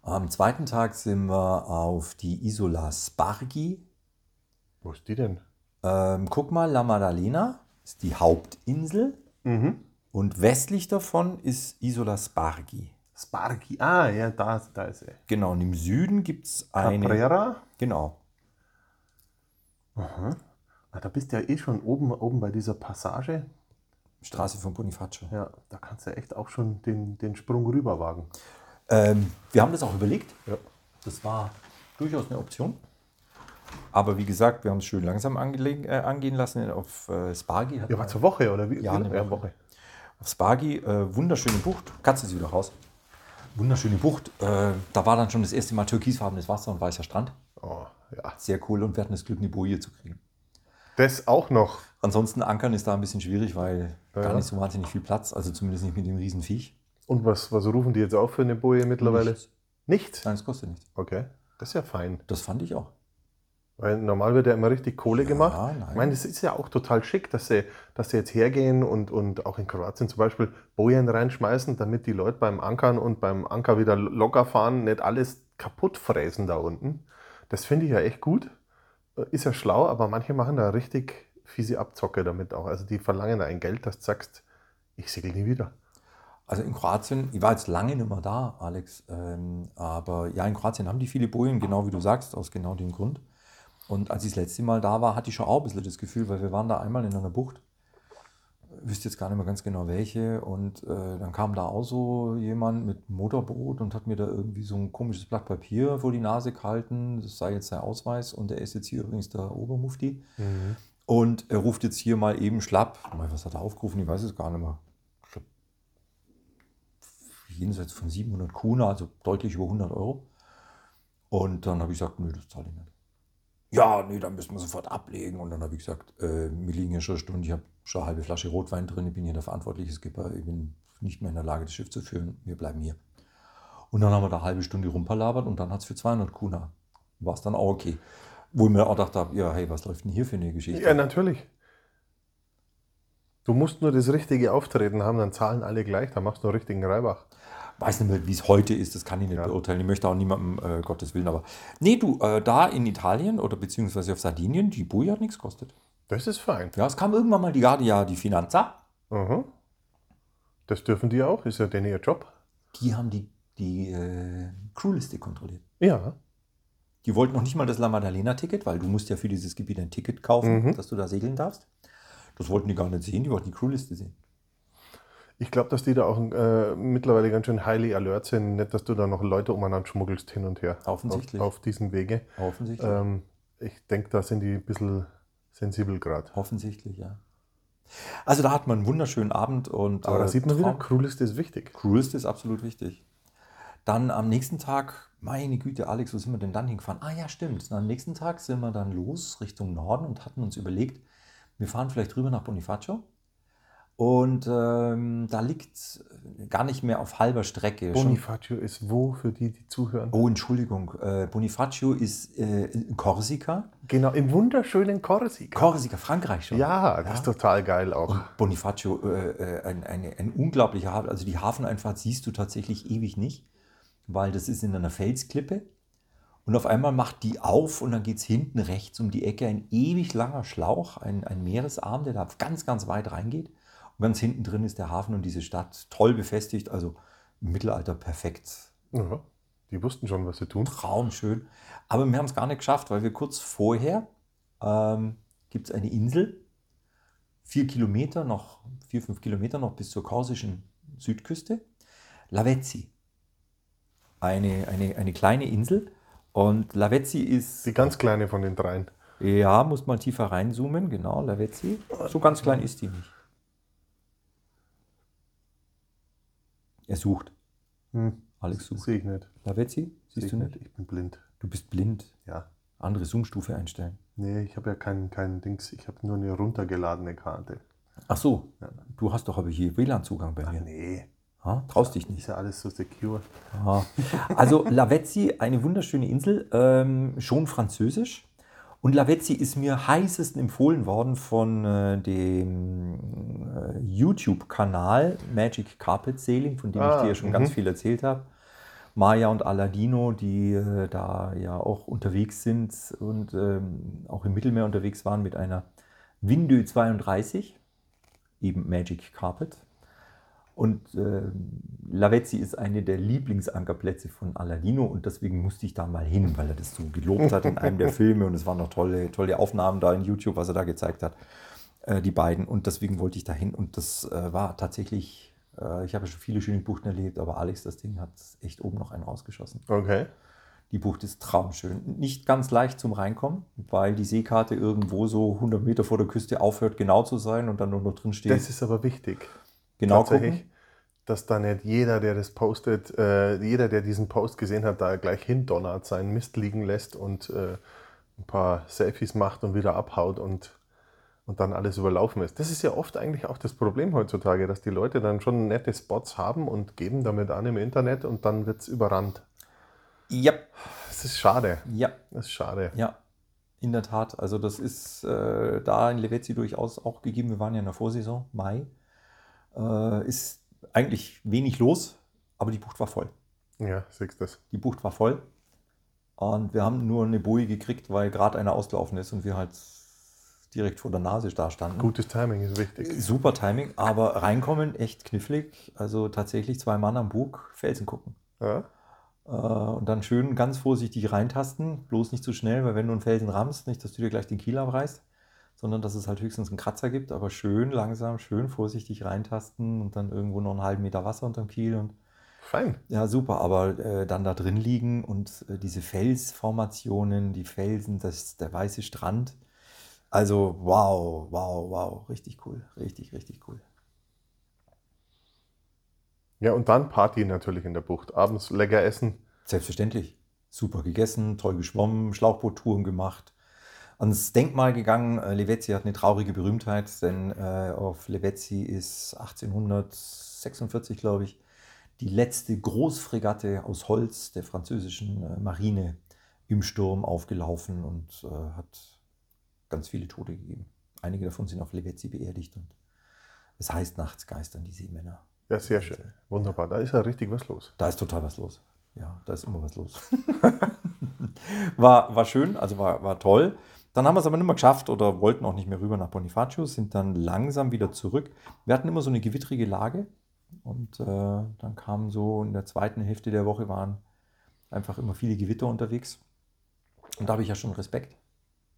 [SPEAKER 2] Am zweiten Tag sind wir auf die Isola Spargi.
[SPEAKER 3] Wo ist die denn?
[SPEAKER 2] Ähm, guck mal, La Maddalena ist die Hauptinsel.
[SPEAKER 3] Mhm.
[SPEAKER 2] Und westlich davon ist Isola Spargi.
[SPEAKER 3] Sparky. Ah, ja, da, da ist er.
[SPEAKER 2] Genau, und im Süden gibt es eine.
[SPEAKER 3] Caprera.
[SPEAKER 2] Genau.
[SPEAKER 3] Aha. Ah, da bist du ja eh schon oben, oben bei dieser Passage.
[SPEAKER 2] Straße von Bonifacio.
[SPEAKER 3] Ja, da kannst du echt auch schon den, den Sprung rüber wagen.
[SPEAKER 2] Ähm, wir haben das auch überlegt.
[SPEAKER 3] Ja.
[SPEAKER 2] Das war durchaus eine Option. Aber wie gesagt, wir haben es schön langsam angelegen, äh, angehen lassen auf äh, Spargi. Hat
[SPEAKER 3] Ja,
[SPEAKER 2] man-
[SPEAKER 3] war zur Woche, oder wie?
[SPEAKER 2] Ja, eine
[SPEAKER 3] ja,
[SPEAKER 2] Woche.
[SPEAKER 3] Woche.
[SPEAKER 2] Auf Spargi, äh, wunderschöne Bucht. Katze ist wieder raus. Wunderschöne Bucht. Äh, da war dann schon das erste Mal türkisfarbenes Wasser und weißer Strand.
[SPEAKER 3] Oh, ja.
[SPEAKER 2] Sehr cool und wir hatten das Glück, eine Boje zu kriegen.
[SPEAKER 3] Das auch noch.
[SPEAKER 2] Ansonsten ankern ist da ein bisschen schwierig, weil
[SPEAKER 3] Ja,
[SPEAKER 2] gar
[SPEAKER 3] ja.
[SPEAKER 2] nicht so wahnsinnig viel Platz, also zumindest nicht mit dem riesen Viech.
[SPEAKER 3] Und was, was rufen die jetzt auch für eine Boje mittlerweile?
[SPEAKER 2] Nichts.
[SPEAKER 3] Nichts?
[SPEAKER 2] Nein, es kostet nichts.
[SPEAKER 3] Okay. Das ist ja fein.
[SPEAKER 2] Das fand ich auch.
[SPEAKER 3] Weil normal wird ja immer richtig Kohle gemacht.
[SPEAKER 2] nein.
[SPEAKER 3] Ich meine, es ist ja auch total schick, dass sie, dass sie jetzt hergehen und, und auch in Kroatien zum Beispiel Bojen reinschmeißen, damit die Leute beim Ankern und beim Anker wieder locker fahren, nicht alles kaputt fräsen da unten. Das finde ich ja echt gut. Äh, Ist ja schlau, aber manche machen da richtig fiese Abzocke damit auch. Also die verlangen da ein Geld, dass du sagst, ich segel nie wieder.
[SPEAKER 2] Also in Kroatien, ich war jetzt lange nicht mehr da, Alex, ähm, aber ja, in Kroatien haben die viele Bojen, genau wie du sagst, aus genau dem Grund. Und als ich das letzte Mal da war, hatte ich schon auch ein bisschen das Gefühl, weil wir waren da einmal in einer Bucht, wüsste jetzt gar nicht mehr ganz genau welche, und äh, dann kam da auch so jemand mit Motorboot und hat mir da irgendwie so ein komisches Blatt Papier vor die Nase gehalten, das sei jetzt sein Ausweis, und der ist jetzt hier übrigens der Obermufti.
[SPEAKER 3] Mhm.
[SPEAKER 2] Und er ruft jetzt hier mal eben schlapp. Mal, was hat er aufgerufen? Ich weiß es gar nicht mehr. Ich glaub, Jenseits von 700 Kuna, also deutlich über 100 Euro. Und dann habe ich gesagt, nö, das zahle ich nicht. Ja, nee, dann müssen wir sofort ablegen. Und dann habe ich gesagt, äh, mir liegen hier schon eine Stunde, ich habe schon eine halbe Flasche Rotwein drin, ich bin hier der verantwortliche Skipper, ich bin nicht mehr in der Lage, das Schiff zu führen, wir bleiben hier. Und dann haben wir da eine halbe Stunde rumpalabert und dann hat es für 200 Kuna. War es dann auch okay. Wo ich mir auch gedacht habe, ja, hey, was läuft denn hier für eine Geschichte?
[SPEAKER 3] Ja, natürlich. Du musst nur das richtige Auftreten haben, dann zahlen alle gleich, dann machst du einen richtigen Reibach.
[SPEAKER 2] weiß nicht mehr, wie es heute ist, das kann ich nicht
[SPEAKER 3] Ja.
[SPEAKER 2] beurteilen. Ich möchte auch niemandem äh, Gottes Willen, aber nee, du, äh, da in Italien oder beziehungsweise auf Sardinien, die Buja hat nichts kostet.
[SPEAKER 3] Das ist fein.
[SPEAKER 2] Ja, es kam irgendwann mal die Guardia, die Finanza,
[SPEAKER 3] Aha. Das dürfen die auch, ist ja denen ihr Job.
[SPEAKER 2] die haben die, die äh, Crewliste kontrolliert.
[SPEAKER 3] Ja.
[SPEAKER 2] Die wollten noch nicht mal das La Maddalena-Ticket, weil du musst ja für dieses Gebiet ein Ticket kaufen,
[SPEAKER 3] Mhm.
[SPEAKER 2] dass du da segeln darfst. Das wollten die gar nicht sehen, die wollten die Crewliste sehen.
[SPEAKER 3] Ich glaube, dass die da auch äh, mittlerweile ganz schön highly alert sind. Nicht, dass du da noch Leute umeinander schmuggelst hin und her.
[SPEAKER 2] Offensichtlich.
[SPEAKER 3] Auf, auf diesem Wege.
[SPEAKER 2] Offensichtlich.
[SPEAKER 3] Ähm, ich denke, da sind die ein bisschen sensibel gerade.
[SPEAKER 2] Offensichtlich, ja. Also da hat man einen wunderschönen Abend und
[SPEAKER 3] Aber da
[SPEAKER 2] äh,
[SPEAKER 3] sieht man wieder,
[SPEAKER 2] Traum-
[SPEAKER 3] Krulist ist wichtig.
[SPEAKER 2] Cruise ist absolut wichtig. Dann am nächsten Tag, meine Güte, Alex, wo sind wir denn dann hingefahren? Ah ja, stimmt. Und am nächsten Tag sind wir dann los Richtung Norden und hatten uns überlegt, wir fahren vielleicht rüber nach Bonifacio. Und ähm, da liegt gar nicht mehr auf halber Strecke. schon-
[SPEAKER 3] Bonifacio ist wo für die, die zuhören?
[SPEAKER 2] Oh, Entschuldigung. Äh, Bonifacio ist äh, in Korsika.
[SPEAKER 3] Genau, im wunderschönen Korsika.
[SPEAKER 2] Korsika, Frankreich schon.
[SPEAKER 3] ja, das ist total geil auch.
[SPEAKER 2] Bonifacio, äh, äh, ein, eine, ein unglaublicher Hafen. Also die Hafeneinfahrt siehst du tatsächlich ewig nicht, weil das ist in einer Felsklippe. Und auf einmal macht die auf und dann geht es hinten rechts um die Ecke ein ewig langer Schlauch, ein, ein Meeresarm, der da ganz, ganz weit reingeht. Und ganz hinten drin ist der Hafen und diese Stadt toll befestigt. Also im Mittelalter perfekt.
[SPEAKER 3] Ja, die wussten schon, was sie tun.
[SPEAKER 2] Traumschön. Aber wir haben es gar nicht geschafft, weil wir kurz vorher ähm, gibt es eine Insel, vier Kilometer noch, vier, fünf Kilometer noch bis zur korsischen Südküste, Lavezzi. Eine, eine, eine kleine Insel. Und Lavezzi ist,
[SPEAKER 3] Die ganz kleine von den dreien.
[SPEAKER 2] ja, muss mal tiefer reinzoomen, genau, Lavezzi. So ganz klein ist die nicht. Er sucht.
[SPEAKER 3] Hm.
[SPEAKER 2] Alex sucht.
[SPEAKER 3] Sehe ich nicht.
[SPEAKER 2] Lavezzi,
[SPEAKER 3] Seh
[SPEAKER 2] siehst
[SPEAKER 3] ich
[SPEAKER 2] du nicht?
[SPEAKER 3] Ich bin blind.
[SPEAKER 2] Du bist blind.
[SPEAKER 3] Ja.
[SPEAKER 2] Andere Zoom-Stufe einstellen.
[SPEAKER 3] Nee, ich habe ja keinen kein Dings. Ich habe nur eine runtergeladene Karte.
[SPEAKER 2] Ach so,
[SPEAKER 3] Ja.
[SPEAKER 2] du hast doch aber hier WLAN-Zugang
[SPEAKER 3] Ah,
[SPEAKER 2] bei mir.
[SPEAKER 3] nee.
[SPEAKER 2] Ha? Traust dich
[SPEAKER 3] Ist
[SPEAKER 2] nicht.
[SPEAKER 3] ja alles so secure.
[SPEAKER 2] Aha. Also Lavezzi, eine wunderschöne Insel, ähm, schon französisch. Und Lavezzi ist mir heißesten empfohlen worden von äh, dem äh, YouTube-Kanal Magic Carpet Sailing, von dem ich
[SPEAKER 3] Ah,
[SPEAKER 2] dir schon
[SPEAKER 3] mhm.
[SPEAKER 2] ganz viel erzählt habe. Maya und Aladino, die äh, da ja auch unterwegs sind und ähm, auch im Mittelmeer unterwegs waren mit einer Windö 32, eben Magic Carpet. Und äh, Lavezzi ist eine der Lieblingsankerplätze von Aladino und deswegen musste ich da mal hin, weil er das so gelobt hat in einem der Filme und es waren noch tolle, tolle Aufnahmen da in YouTube, was er da gezeigt hat, äh, die beiden. Und deswegen wollte ich da hin und das äh, war tatsächlich, äh, ich habe schon viele schöne Buchten erlebt, aber Alex, das Ding hat echt oben noch einen rausgeschossen.
[SPEAKER 3] Okay.
[SPEAKER 2] Die Bucht ist traumschön. Nicht ganz leicht zum Reinkommen, weil die Seekarte irgendwo so 100 Meter vor der Küste aufhört, genau zu sein und dann nur noch drin steht.
[SPEAKER 3] Das ist aber wichtig.
[SPEAKER 2] genau
[SPEAKER 3] tatsächlich,
[SPEAKER 2] gucken.
[SPEAKER 3] dass da nicht jeder, der das postet, äh, jeder, der diesen Post gesehen hat, da gleich hindonnert, seinen Mist liegen lässt und äh, ein paar Selfies macht und wieder abhaut und, und dann alles überlaufen ist. Das ist ja oft eigentlich auch das Problem heutzutage, dass die Leute dann schon nette Spots haben und geben damit an im Internet und dann wird es überrannt.
[SPEAKER 2] Ja,
[SPEAKER 3] Das ist schade.
[SPEAKER 2] ja,
[SPEAKER 3] Das ist schade.
[SPEAKER 2] ja. In der Tat. Also das ist äh, da in Levezzi durchaus auch gegeben. Wir waren ja in der Vorsaison, Mai. Äh, ist eigentlich wenig los, aber die Bucht war voll.
[SPEAKER 3] Ja, siehst du das.
[SPEAKER 2] Die Bucht war voll. Und wir haben nur eine Boje gekriegt, weil gerade einer ausgelaufen ist und wir halt direkt vor der Nase da standen.
[SPEAKER 3] Gutes Timing ist wichtig.
[SPEAKER 2] Super Timing, aber reinkommen echt knifflig. Also tatsächlich zwei Mann am Bug, Felsen gucken.
[SPEAKER 3] Ja?
[SPEAKER 2] Äh, Und dann schön ganz vorsichtig reintasten, bloß nicht zu schnell, weil wenn du einen Felsen rammst, nicht, dass du dir gleich den Kiel abreißt, sondern dass es halt höchstens einen Kratzer gibt, aber schön langsam, schön vorsichtig reintasten und dann irgendwo noch einen halben Meter Wasser unterm Kiel und
[SPEAKER 3] Fein.
[SPEAKER 2] ja, super, aber äh, dann da drin liegen und äh, diese Felsformationen, die Felsen, das, der weiße Strand. Also wow, wow, wow, richtig cool, richtig, richtig cool.
[SPEAKER 3] Ja, und dann Party natürlich in der Bucht. Abends lecker essen.
[SPEAKER 2] Selbstverständlich. Super gegessen, toll geschwommen, Schlauchboottouren gemacht, ans Denkmal gegangen. Äh, Levezzi hat eine traurige Berühmtheit, denn äh, auf Levezzi ist 1846, glaube ich, die letzte Großfregatte aus Holz der französischen äh, Marine im Sturm aufgelaufen und äh, hat ganz viele Tote gegeben. Einige davon sind auf Levezzi beerdigt und es heißt nachts geistern die Seemänner.
[SPEAKER 3] Ja, sehr schön. Wunderbar. Da ist ja richtig was los.
[SPEAKER 2] Da ist total was los. Ja, da ist immer was los. war, war schön, also war, war toll. Dann haben wir es aber nicht mehr geschafft oder wollten auch nicht mehr rüber nach Bonifacio, sind dann langsam wieder zurück. Wir hatten immer so eine gewittrige Lage und äh, dann kamen so in der zweiten Hälfte der Woche waren einfach immer viele Gewitter unterwegs. Und da habe ich ja schon Respekt.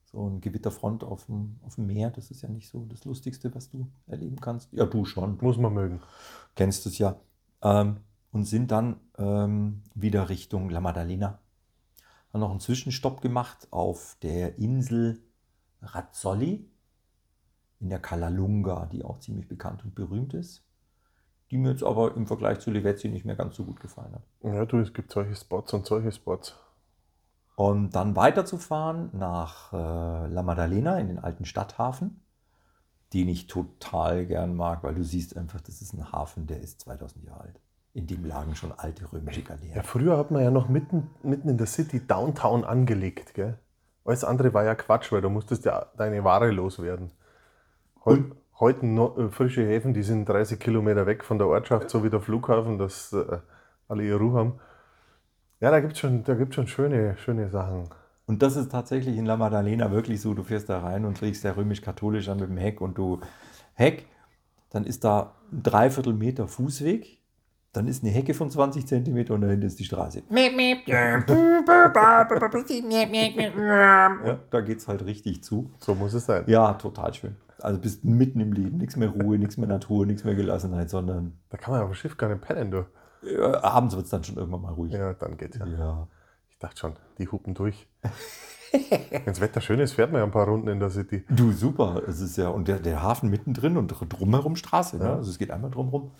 [SPEAKER 2] So ein Gewitterfront auf dem, auf dem Meer, das ist ja nicht so das Lustigste, was du erleben kannst. Ja, du schon, du
[SPEAKER 3] Muss man mögen.
[SPEAKER 2] kennst es ja. Ähm, und sind dann ähm, wieder Richtung La Maddalena. Haben noch einen Zwischenstopp gemacht auf der Insel Razzoli in der Kalalunga, die auch ziemlich bekannt und berühmt ist. Die mir jetzt aber im Vergleich zu Levetzi nicht mehr ganz so gut gefallen hat.
[SPEAKER 3] Ja, du, es gibt solche Spots und solche Spots.
[SPEAKER 2] Und dann weiterzufahren nach äh, La Maddalena in den alten Stadthafen, den ich total gern mag, weil du siehst einfach, das ist ein Hafen, der ist 2000 Jahre alt. In dem lagen schon alte römische Galeeren.
[SPEAKER 3] Ja, früher hat man ja noch mitten, mitten in der City Downtown angelegt, gell? Alles andere war ja Quatsch, weil du musstest ja deine Ware loswerden. Heu, heute no, äh, frische Häfen, die sind 30 Kilometer weg von der Ortschaft, so wie der Flughafen, dass äh, alle ihre Ruhe haben. Ja, da gibt es schon, da gibt's schon schöne, schöne Sachen.
[SPEAKER 2] Und das ist tatsächlich in La Maddalena wirklich so, du fährst da rein und kriegst ja römisch-katholisch an mit dem Heck und du Heck, dann ist da ein Dreiviertel Meter Fußweg, dann ist eine Hecke von 20 Zentimeter und dahinter ist die Straße.
[SPEAKER 4] Meep, meep. Meep, meep, meep.
[SPEAKER 2] Ja, da geht es halt richtig zu.
[SPEAKER 3] So muss es sein.
[SPEAKER 2] Ja, total schön. Also bist mitten im Leben, nichts mehr Ruhe, nichts mehr Natur, nichts mehr Gelassenheit, sondern
[SPEAKER 3] Da kann man auf dem Schiff gar nicht pennen, du.
[SPEAKER 2] äh, abends wird es dann schon irgendwann mal ruhig.
[SPEAKER 3] Ja, dann geht's ja.
[SPEAKER 2] ja.
[SPEAKER 3] Ich dachte schon, die hupen durch. Wenn's Wetter schön ist, fährt man ja ein paar Runden in der City.
[SPEAKER 2] Du, super. Es ist ja, und der, der Hafen mittendrin und drumherum Straße. Ne?
[SPEAKER 3] Ja.
[SPEAKER 2] Also es geht einmal drumherum.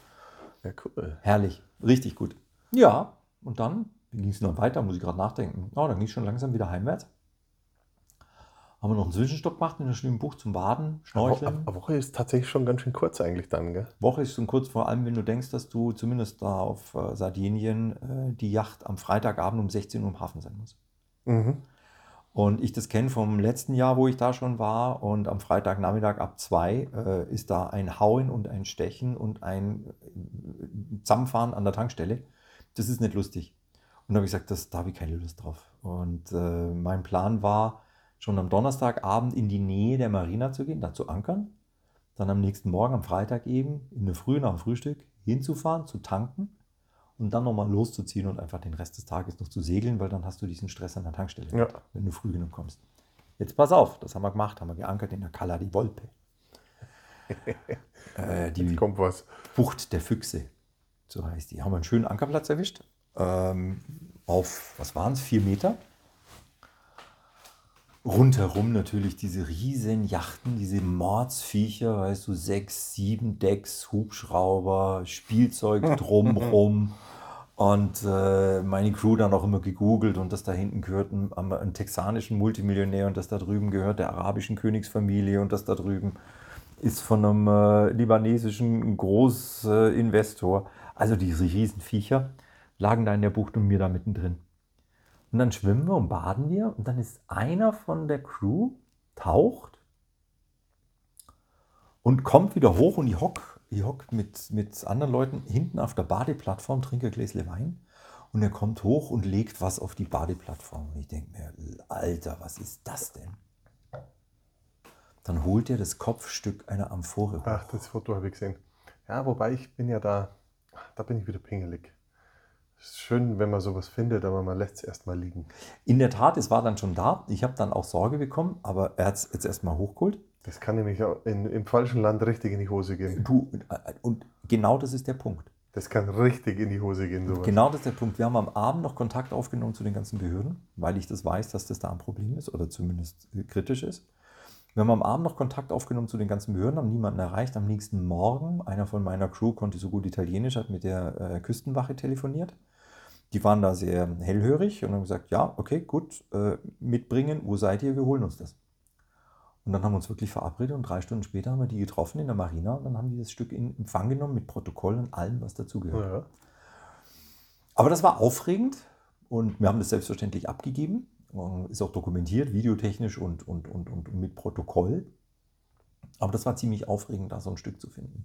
[SPEAKER 3] Ja, cool.
[SPEAKER 2] Herrlich, richtig gut. Ja, und dann ging es noch weiter, muss ich gerade nachdenken. Oh, dann ging es schon langsam wieder heimwärts. Haben wir noch einen Zwischenstopp gemacht in der schlimmen Bucht zum Baden, Schnorcheln.
[SPEAKER 3] Eine Woche ist tatsächlich schon ganz schön kurz eigentlich dann, gell?
[SPEAKER 2] Woche ist schon kurz vor allem, wenn du denkst, dass du zumindest da auf äh, Sardinien äh, die Yacht am Freitagabend um 16 Uhr im Hafen sein muss.
[SPEAKER 3] Mhm.
[SPEAKER 2] Und ich das kenne vom letzten Jahr, wo ich da schon war. Und am Freitagnachmittag ab zwei äh, ist da ein Hauen und ein Stechen und ein äh, Zusammenfahren an der Tankstelle. Das ist nicht lustig. Und da habe ich gesagt, das, da habe ich keine Lust drauf. Und äh, mein Plan war, schon am Donnerstagabend in die Nähe der Marina zu gehen, da zu ankern. Dann am nächsten Morgen, am Freitag eben, in der Früh nach dem Frühstück hinzufahren, zu tanken und dann nochmal loszuziehen und einfach den Rest des Tages noch zu segeln, weil dann hast du diesen Stress an der Tankstelle
[SPEAKER 3] Ja.
[SPEAKER 2] wenn du früh genug kommst. Jetzt pass auf, das haben wir gemacht, haben wir geankert in der Cala di Volpe. äh, die
[SPEAKER 3] Jetzt kommt was.
[SPEAKER 2] Bucht der Füchse, so heißt die. Haben wir einen schönen Ankerplatz erwischt. Ähm, auf, was waren es, vier Meter. Rundherum natürlich diese riesen Yachten, diese Mordsviecher, weißt du, sechs, sieben Decks, Hubschrauber, Spielzeug drumrum. Und äh, meine Crew dann auch immer gegoogelt und das da hinten gehört einem, einem texanischen Multimillionär und das da drüben gehört der arabischen Königsfamilie und das da drüben ist von einem äh, libanesischen Großinvestor. Äh, Investor. also diese Riesenviecher lagen da in der Bucht und mir da mittendrin. Und dann schwimmen wir und baden wir und dann ist einer von der Crew, taucht und kommt wieder hoch und ich hock, ich hock mit, mit anderen Leuten hinten auf der Badeplattform, trinke ein Gläsle Wein und er kommt hoch und legt was auf die Badeplattform. Und ich denke mir, Alter, was ist das denn? Dann holt er das Kopfstück einer Amphore hoch.
[SPEAKER 3] Ach, das Foto habe ich gesehen. Ja, wobei ich bin ja da, da bin ich wieder pingelig. Ist schön, wenn man sowas findet, aber man lässt es erstmal liegen.
[SPEAKER 2] In der Tat, es war dann schon da. Ich habe dann auch Sorge bekommen, aber er hat es jetzt erstmal hochgeholt.
[SPEAKER 3] Das kann nämlich auch in, im falschen Land richtig in die Hose gehen.
[SPEAKER 2] Du, äh, und genau das ist der Punkt.
[SPEAKER 3] Das kann richtig in die Hose gehen, sowas.
[SPEAKER 2] Genau das ist der Punkt. Wir haben am Abend noch Kontakt aufgenommen zu den ganzen Behörden, weil ich das weiß, dass das da ein Problem ist oder zumindest äh, kritisch ist. Wir haben am Abend noch Kontakt aufgenommen zu den ganzen Behörden, haben niemanden erreicht. Am nächsten Morgen, einer von meiner Crew konnte so gut Italienisch, hat mit der äh, Küstenwache telefoniert. Die waren da sehr hellhörig und haben gesagt, ja, okay, gut, äh, mitbringen, wo seid ihr, wir holen uns das. Und dann haben wir uns wirklich verabredet und drei Stunden später haben wir die getroffen in der Marina und dann haben die das Stück in Empfang genommen mit Protokoll und allem, was dazugehört.
[SPEAKER 3] Ja.
[SPEAKER 2] Aber das war aufregend und wir haben das selbstverständlich abgegeben. Äh, Ist auch dokumentiert, videotechnisch und, und, und, und mit Protokoll. Aber das war ziemlich aufregend, da so ein Stück zu finden.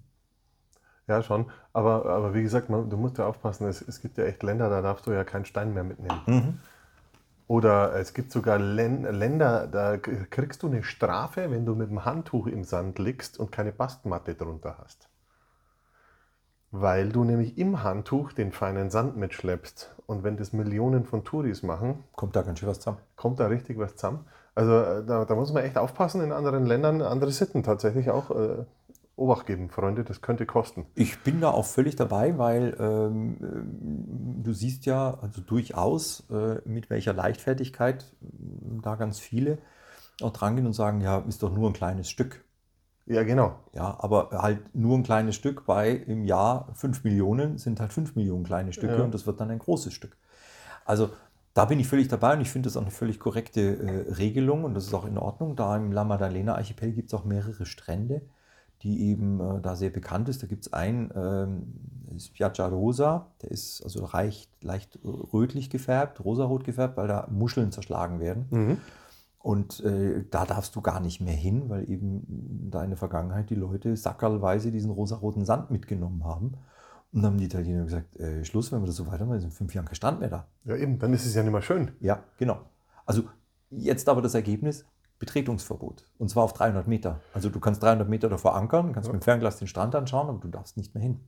[SPEAKER 3] Ja, schon. Aber, aber wie gesagt, man, du musst ja aufpassen. Es, es gibt ja echt Länder, da darfst du ja keinen Stein mehr mitnehmen.
[SPEAKER 2] Mhm.
[SPEAKER 3] Oder es gibt sogar Län Länder, da k- kriegst du eine Strafe, wenn du mit dem Handtuch im Sand liegst und keine Bastmatte drunter hast. Weil du nämlich im Handtuch den feinen Sand mitschleppst. Und wenn das Millionen von Touris machen,
[SPEAKER 2] Kommt da ganz schön was zusammen.
[SPEAKER 3] kommt da richtig was zusammen. Also äh, da, da muss man echt aufpassen in anderen Ländern, andere Sitten tatsächlich auch. Äh, Obacht geben, Freunde, das könnte kosten.
[SPEAKER 2] Ich bin da auch völlig dabei, weil ähm, ähm, du siehst ja also durchaus, äh, mit welcher Leichtfertigkeit ähm, da ganz viele auch drangehen und sagen, ja, ist doch nur ein kleines Stück.
[SPEAKER 3] Ja, genau.
[SPEAKER 2] Ja, aber halt nur ein kleines Stück bei im Jahr 5 Millionen sind halt 5 Millionen kleine Stücke
[SPEAKER 3] Ja.
[SPEAKER 2] und das wird dann ein großes Stück. Also da bin ich völlig dabei und ich finde das auch eine völlig korrekte äh, Regelung und das ist auch in Ordnung. Da im La Maddalena Archipel gibt es auch mehrere Strände, die eben äh, da sehr bekannt ist. Da gibt es einen, ähm, ist Piaggia Rosa, der ist also leicht, leicht äh, rötlich gefärbt, rosarot gefärbt, weil da Muscheln zerschlagen werden.
[SPEAKER 3] mhm.
[SPEAKER 2] Und äh, da darfst du gar nicht mehr hin, weil eben da in der Vergangenheit die Leute sackerlweise diesen rosaroten Sand mitgenommen haben. Und dann haben die Italiener gesagt, äh, Schluss, wenn wir das so weitermachen, ist in fünf Jahren kein Strand mehr da.
[SPEAKER 3] Ja, eben, dann ist es ja nicht mehr schön.
[SPEAKER 2] Ja, genau. Also jetzt aber das Ergebnis, Betretungsverbot. Und zwar auf 300 Meter. Also du kannst 300 Meter davor ankern, kannst
[SPEAKER 3] Ja.
[SPEAKER 2] mit dem Fernglas den Strand anschauen, aber du darfst nicht mehr hin.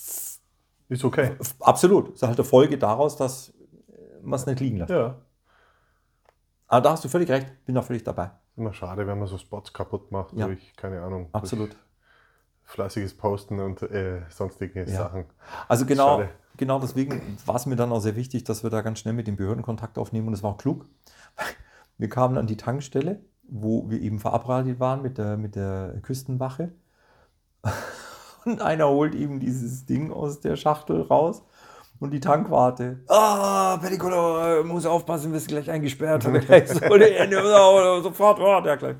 [SPEAKER 3] Ist okay.
[SPEAKER 2] F- Absolut. Das ist halt eine Folge daraus, dass äh, man es nicht liegen lässt.
[SPEAKER 3] Ja.
[SPEAKER 2] Aber da hast du völlig recht, bin da völlig dabei.
[SPEAKER 3] Immer schade, wenn man so Spots kaputt macht
[SPEAKER 2] Ja.
[SPEAKER 3] durch, keine Ahnung,
[SPEAKER 2] Absolut.
[SPEAKER 3] durch fleißiges Posten und äh, sonstige
[SPEAKER 2] Ja.
[SPEAKER 3] Sachen.
[SPEAKER 2] Also genau,
[SPEAKER 3] Schade.
[SPEAKER 2] genau deswegen war es mir dann auch sehr wichtig, dass wir da ganz schnell mit den Behörden Kontakt aufnehmen und das war auch klug. Wir kamen an die Tankstelle, wo wir eben verabredet waren mit der, mit der Küstenwache. Und einer holt eben dieses Ding aus der Schachtel raus und die Tankwarte. Ah, Pellicolo, muss aufpassen, wirst gleich eingesperrt. Und gleich so, sofort, oh, der gleich.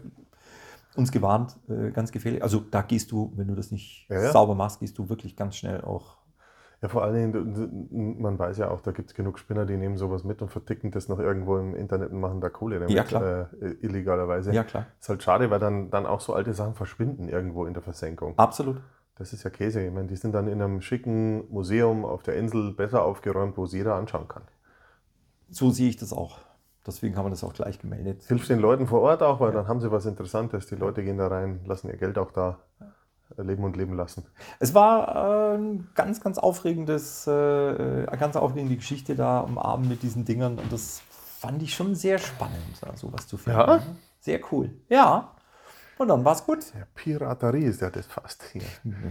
[SPEAKER 2] Uns gewarnt, äh, ganz gefährlich. Also da gehst du, wenn du das nicht
[SPEAKER 3] Ja, ja.
[SPEAKER 2] sauber machst, gehst du wirklich ganz schnell auch
[SPEAKER 3] Ja, vor allen Dingen, du- du- man weiß ja auch, da gibt es genug Spinner, die nehmen sowas mit und verticken das noch irgendwo im Internet und machen da Kohle damit,
[SPEAKER 2] Ja, klar.
[SPEAKER 3] Äh, illegalerweise.
[SPEAKER 2] Ja, klar.
[SPEAKER 3] Ist halt schade, weil dann, dann auch so alte Sachen verschwinden irgendwo in der Versenkung.
[SPEAKER 2] Absolut.
[SPEAKER 3] Das ist ja Käse. Ich meine, die sind dann in einem schicken Museum auf der Insel besser aufgeräumt, wo es jeder anschauen kann.
[SPEAKER 2] So sehe ich das auch. Deswegen haben wir das auch gleich gemeldet.
[SPEAKER 3] Es hilft den Leuten vor Ort auch, weil dann haben sie was Interessantes. Die Leute gehen da rein, lassen ihr Geld auch da äh, leben und leben lassen.
[SPEAKER 2] Es war äh, ein ganz, ganz aufregendes, äh, eine ganz aufregende Geschichte da am Abend mit diesen Dingern. Und das fand ich schon sehr spannend, da sowas zu finden. ne?
[SPEAKER 3] Ja?
[SPEAKER 2] Sehr cool. Ja. Und dann war es gut.
[SPEAKER 3] Ja, Piraterie ist ja das fast hier.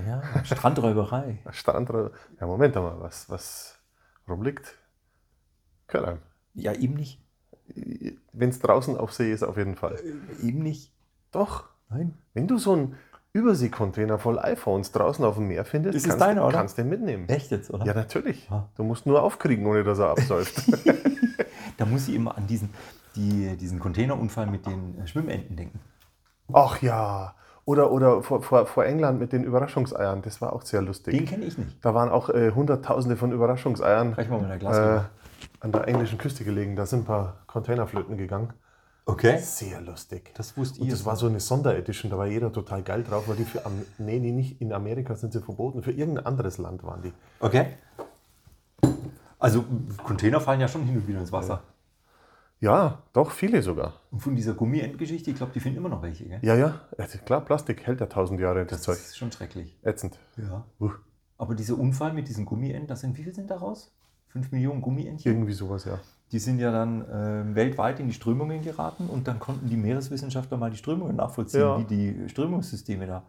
[SPEAKER 2] Ja, Strandräuberei.
[SPEAKER 3] Strandra ja, Moment einmal, was, was rumliegt? Körlein.
[SPEAKER 2] Ja, eben nicht.
[SPEAKER 3] Wenn es draußen auf See ist, auf jeden Fall.
[SPEAKER 2] Eben nicht.
[SPEAKER 3] Doch,
[SPEAKER 2] Nein.
[SPEAKER 3] wenn du so einen Überseekontainer voll iPhones draußen auf dem Meer findest,
[SPEAKER 2] Ist es
[SPEAKER 3] kannst, du-
[SPEAKER 2] deiner, oder? Ah.
[SPEAKER 3] kannst den mitnehmen.
[SPEAKER 2] Echt jetzt, oder?
[SPEAKER 3] Ja, natürlich.
[SPEAKER 2] Ja.
[SPEAKER 3] Du musst nur aufkriegen, ohne dass er absäuft.
[SPEAKER 2] Da muss ich immer an diesen, die, diesen Containerunfall mit den äh, Schwimmenten denken.
[SPEAKER 3] Ach ja. Oder, oder vor, vor, vor England mit den Überraschungseiern. Das war auch sehr lustig.
[SPEAKER 2] Den kenne ich nicht.
[SPEAKER 3] Da waren auch äh, Hunderttausende von Überraschungseiern
[SPEAKER 2] Gleich mal mit der
[SPEAKER 3] äh,
[SPEAKER 2] Glasgow.
[SPEAKER 3] an der englischen Küste gelegen. Da sind ein paar Containerflöten gegangen.
[SPEAKER 2] Okay.
[SPEAKER 3] Sehr lustig.
[SPEAKER 2] Das wusst ihr.
[SPEAKER 3] Und das war so eine Sonderedition, da war jeder total geil drauf, weil die für Am nee, nee, nicht in Amerika sind sie verboten, für irgendein anderes Land waren die.
[SPEAKER 2] Okay. Also Container fallen ja schon hin und wieder ins Wasser.
[SPEAKER 3] Ja, doch, viele sogar.
[SPEAKER 2] Und von dieser Gummiendgeschichte, ich glaube, die finden immer noch welche, gell?
[SPEAKER 3] Ja, ja, also klar, Plastik hält ja tausend Jahre,
[SPEAKER 2] Das
[SPEAKER 3] das, Zeug.
[SPEAKER 2] ist schon schrecklich.
[SPEAKER 3] Ätzend.
[SPEAKER 2] Ja.
[SPEAKER 3] Uh,
[SPEAKER 2] Aber dieser Unfall mit diesen Gummienten, das sind wie viel sind daraus? Fünf Millionen Gummientchen?
[SPEAKER 3] irgendwie sowas, ja.
[SPEAKER 2] Die sind ja dann ähm, weltweit in die Strömungen geraten und dann konnten die Meereswissenschaftler mal die Strömungen nachvollziehen,
[SPEAKER 3] Ja.
[SPEAKER 2] wie die Strömungssysteme da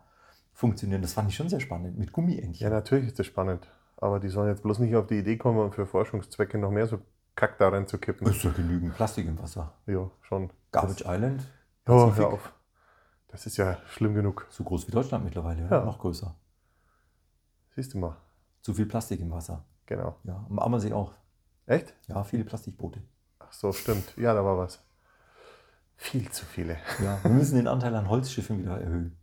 [SPEAKER 2] funktionieren. Das fand ich schon sehr spannend mit Gummientchen.
[SPEAKER 3] Ja, natürlich ist das spannend. Aber die sollen jetzt bloß nicht auf die Idee kommen, um für Forschungszwecke noch mehr so Kack da reinzukippen.
[SPEAKER 2] Ist ja genügend Plastik im Wasser.
[SPEAKER 3] Ja, schon.
[SPEAKER 2] Garbage Island,
[SPEAKER 3] Ja,
[SPEAKER 2] Pazifik.
[SPEAKER 3] hör auf. Das ist ja schlimm genug.
[SPEAKER 2] so groß wie Deutschland mittlerweile,
[SPEAKER 3] Ja.
[SPEAKER 2] noch größer.
[SPEAKER 3] Siehst du mal.
[SPEAKER 2] Zu viel Plastik im Wasser.
[SPEAKER 3] Genau.
[SPEAKER 2] Ja, am Ammersee auch.
[SPEAKER 3] Echt?
[SPEAKER 2] Ja, viele Plastikboote.
[SPEAKER 3] Ach so, stimmt. Ja, da war was. Viel zu viele.
[SPEAKER 2] Ja, wir müssen den Anteil an Holzschiffen wieder erhöhen.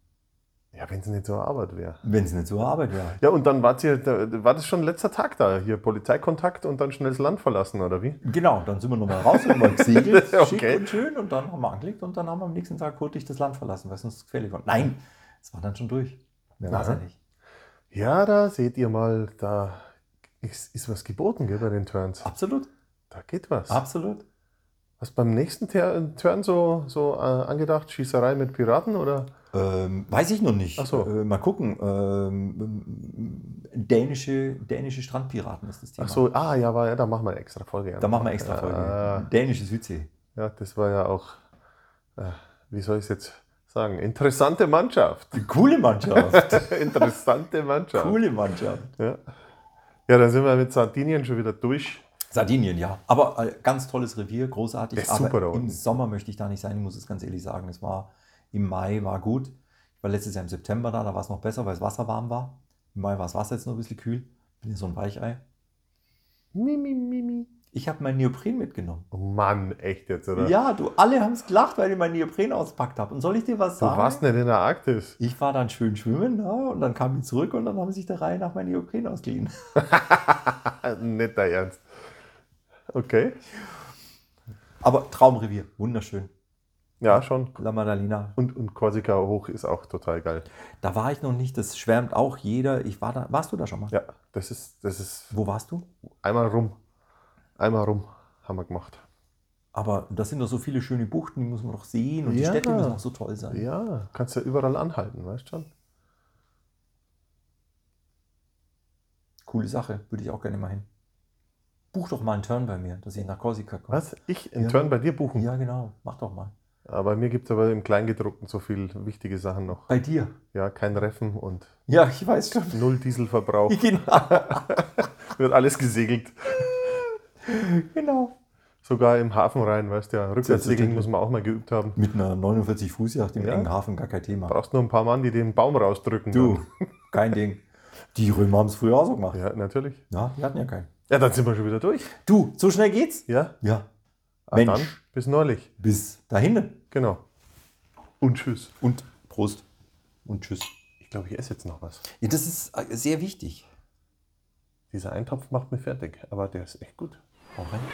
[SPEAKER 3] Ja, wenn es nicht so eine Arbeit wäre.
[SPEAKER 2] Wenn es nicht so Arbeit wäre.
[SPEAKER 3] Ja, und dann wart ihr, da- war das schon letzter Tag da, hier Polizeikontakt und dann schnell das Land verlassen, oder wie?
[SPEAKER 2] Genau, dann sind wir nochmal raus und mal gesegelt,
[SPEAKER 3] Okay.
[SPEAKER 2] schick und schön und dann haben wir angelegt und dann haben wir am nächsten Tag hurtig das Land verlassen, weil es uns gefährlich war. Nein, es war dann schon durch. Mehr war es ja
[SPEAKER 3] Aha.
[SPEAKER 2] nicht.
[SPEAKER 3] Ja, da seht ihr mal, da ist, ist was geboten gell, bei den Turns.
[SPEAKER 2] Absolut.
[SPEAKER 3] Da geht was.
[SPEAKER 2] Absolut.
[SPEAKER 3] Was beim nächsten Ter Turn so, so äh, angedacht? Schießerei mit Piraten oder?
[SPEAKER 2] Ähm, weiß ich noch nicht.
[SPEAKER 3] Ach so.
[SPEAKER 2] Äh, mal gucken. Ähm, dänische, dänische Strandpiraten ist das Thema.
[SPEAKER 3] Ach so, ah ja, war, ja, da machen wir eine extra Folge.
[SPEAKER 2] Da machen wir extra Folge.
[SPEAKER 3] Ja,
[SPEAKER 2] Dänische Südsee.
[SPEAKER 3] ja, das war ja auch, äh, wie soll ich es jetzt sagen, interessante Mannschaft.
[SPEAKER 2] Coole Mannschaft.
[SPEAKER 3] interessante Mannschaft.
[SPEAKER 2] Coole Mannschaft.
[SPEAKER 3] Ja. ja, da sind wir mit Sardinien schon wieder durch.
[SPEAKER 2] Sardinien, ja. Aber äh, ganz tolles Revier, großartig.
[SPEAKER 3] Das ist
[SPEAKER 2] Aber
[SPEAKER 3] super da unten.
[SPEAKER 2] im Sommer möchte ich da nicht sein, ich muss es ganz ehrlich sagen. Es war im Mai war gut. Ich war letztes Jahr im September da, da war es noch besser, weil das Wasser warm war. Im Mai war das Wasser jetzt noch ein bisschen kühl. Bin ja so ein Weichei.
[SPEAKER 3] Mimi, mimi.
[SPEAKER 2] Ich habe mein Neopren mitgenommen.
[SPEAKER 3] Oh Mann, echt jetzt, oder?
[SPEAKER 2] Ja, du, alle haben es gelacht, weil ich mein Neopren auspackt habe. Und soll ich dir was
[SPEAKER 3] Du
[SPEAKER 2] sagen?
[SPEAKER 3] warst ne- nicht in der Arktis.
[SPEAKER 2] Ich war dann schön schwimmen ja, und dann kam ich zurück und dann haben sich der Reihe nach mein Neopren ausgeliehen.
[SPEAKER 3] Ah, nicht dein Ernst. Okay.
[SPEAKER 2] Aber Traumrevier, wunderschön.
[SPEAKER 3] Ja, schon.
[SPEAKER 2] La Maddalena,
[SPEAKER 3] Und, und Korsika hoch ist auch total geil.
[SPEAKER 2] da war ich noch nicht, das schwärmt auch jeder. Ich war da, warst du da schon mal?
[SPEAKER 3] Ja, das ist, das ist
[SPEAKER 2] Wo warst du?
[SPEAKER 3] einmal rum. Einmal rum haben wir gemacht.
[SPEAKER 2] Aber das sind doch so viele schöne Buchten, die muss man doch sehen und die
[SPEAKER 3] Ja.
[SPEAKER 2] Städte müssen doch so toll sein.
[SPEAKER 3] Ja, kannst du überall anhalten, weißt schon?
[SPEAKER 2] Coole Sache, würde ich auch gerne mal hin. Buch doch mal einen Turn bei mir, dass ich nach Korsika komme.
[SPEAKER 3] Was? Ich einen
[SPEAKER 2] Ja.
[SPEAKER 3] Turn bei dir buchen?
[SPEAKER 2] Ja, genau, mach doch mal.
[SPEAKER 3] Ah, Bei mir gibt es aber im Kleingedruckten so viel wichtige Sachen noch.
[SPEAKER 2] Bei dir?
[SPEAKER 3] Ja, kein Reffen und
[SPEAKER 2] Ja, ich weiß schon.
[SPEAKER 3] null Dieselverbrauch.
[SPEAKER 2] genau,
[SPEAKER 3] Wird alles gesegelt.
[SPEAKER 2] genau.
[SPEAKER 3] Sogar im Hafen rein, weißt du ja. Rückwärtssegeln
[SPEAKER 2] Selbstverständlich.
[SPEAKER 3] muss man auch mal geübt haben.
[SPEAKER 2] Mit einer 49 Fuß Yacht im
[SPEAKER 3] Ja.
[SPEAKER 2] engen Hafen gar kein Thema.
[SPEAKER 3] Brauchst nur ein paar Mann, die den Baum rausdrücken.
[SPEAKER 2] Du, kein Ding. Die Römer haben es früher auch so gemacht.
[SPEAKER 3] Dann. Ja, natürlich.
[SPEAKER 2] Ja, die hatten ja keinen.
[SPEAKER 3] Ja, dann sind wir schon wieder durch.
[SPEAKER 2] Du, so schnell geht's?
[SPEAKER 3] Ja,
[SPEAKER 2] Ja.
[SPEAKER 3] Ah,
[SPEAKER 2] Mensch,
[SPEAKER 3] dann bis neulich.
[SPEAKER 2] bis dahin.
[SPEAKER 3] Genau. Und tschüss.
[SPEAKER 2] Und Prost. Und Tschüss.
[SPEAKER 3] Ich glaube, ich esse jetzt noch was.
[SPEAKER 2] Ja, das ist äh, sehr wichtig.
[SPEAKER 3] Dieser Eintopf macht mich fertig, aber der ist echt gut.
[SPEAKER 2] Auch rein.